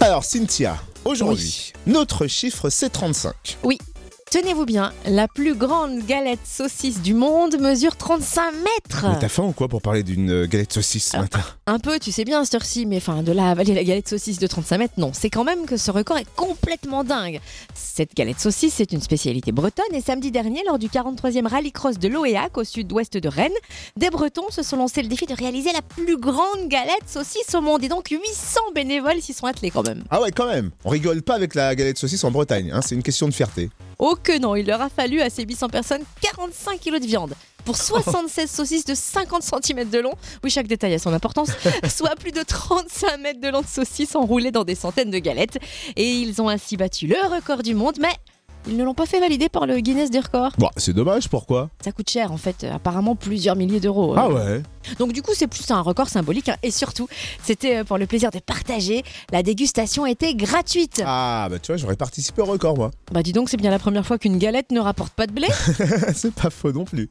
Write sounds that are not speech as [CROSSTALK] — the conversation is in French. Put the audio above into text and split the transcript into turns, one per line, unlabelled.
Alors Cynthia, aujourd'hui, notre chiffre c'est 35.
Tenez-vous bien, la plus grande galette saucisse du monde mesure 35
Mais
mètres.
t'as faim ou quoi pour parler d'une euh, galette saucisse ce
Ah.
matin
Un peu, tu sais bien, à cette heure-ci, mais enfin, de là à avaler la galette saucisse de 35 mètres, non. C'est quand même que ce record est complètement dingue. Cette galette saucisse, c'est une spécialité bretonne et samedi dernier, lors du 43e rallycross de l'OEAC au sud-ouest de Rennes, des Bretons se sont lancés le défi de réaliser la plus grande galette saucisse au monde. Et donc, 800 bénévoles s'y sont attelés quand même.
Ah ouais quand même, on rigole pas avec la galette saucisse en Bretagne, hein, c'est une question de fierté.
Oh que non, il leur a fallu à ces 800 personnes 45 kilos de viande pour 76 saucisses de 50 cm de long, oui chaque détail a son importance, soit plus de 35 mètres de long de saucisses enroulées dans des centaines de galettes. Et ils ont ainsi battu le record du monde, mais ils ne l'ont pas fait valider par le Guinness des records.
Bon, Bah, c'est dommage, pourquoi
Ça coûte cher en fait, euh, apparemment plusieurs milliers d'euros. euh.
Ah ouais
Donc du coup c'est plus un record symbolique hein. et surtout c'était euh, pour le plaisir de partager, la dégustation était gratuite.
Ah bah tu vois, j'aurais participé au record moi. [LAUGHS]
Bah dis donc c'est bien la première fois qu'une galette ne rapporte pas de blé.
c'est pas faux non plus.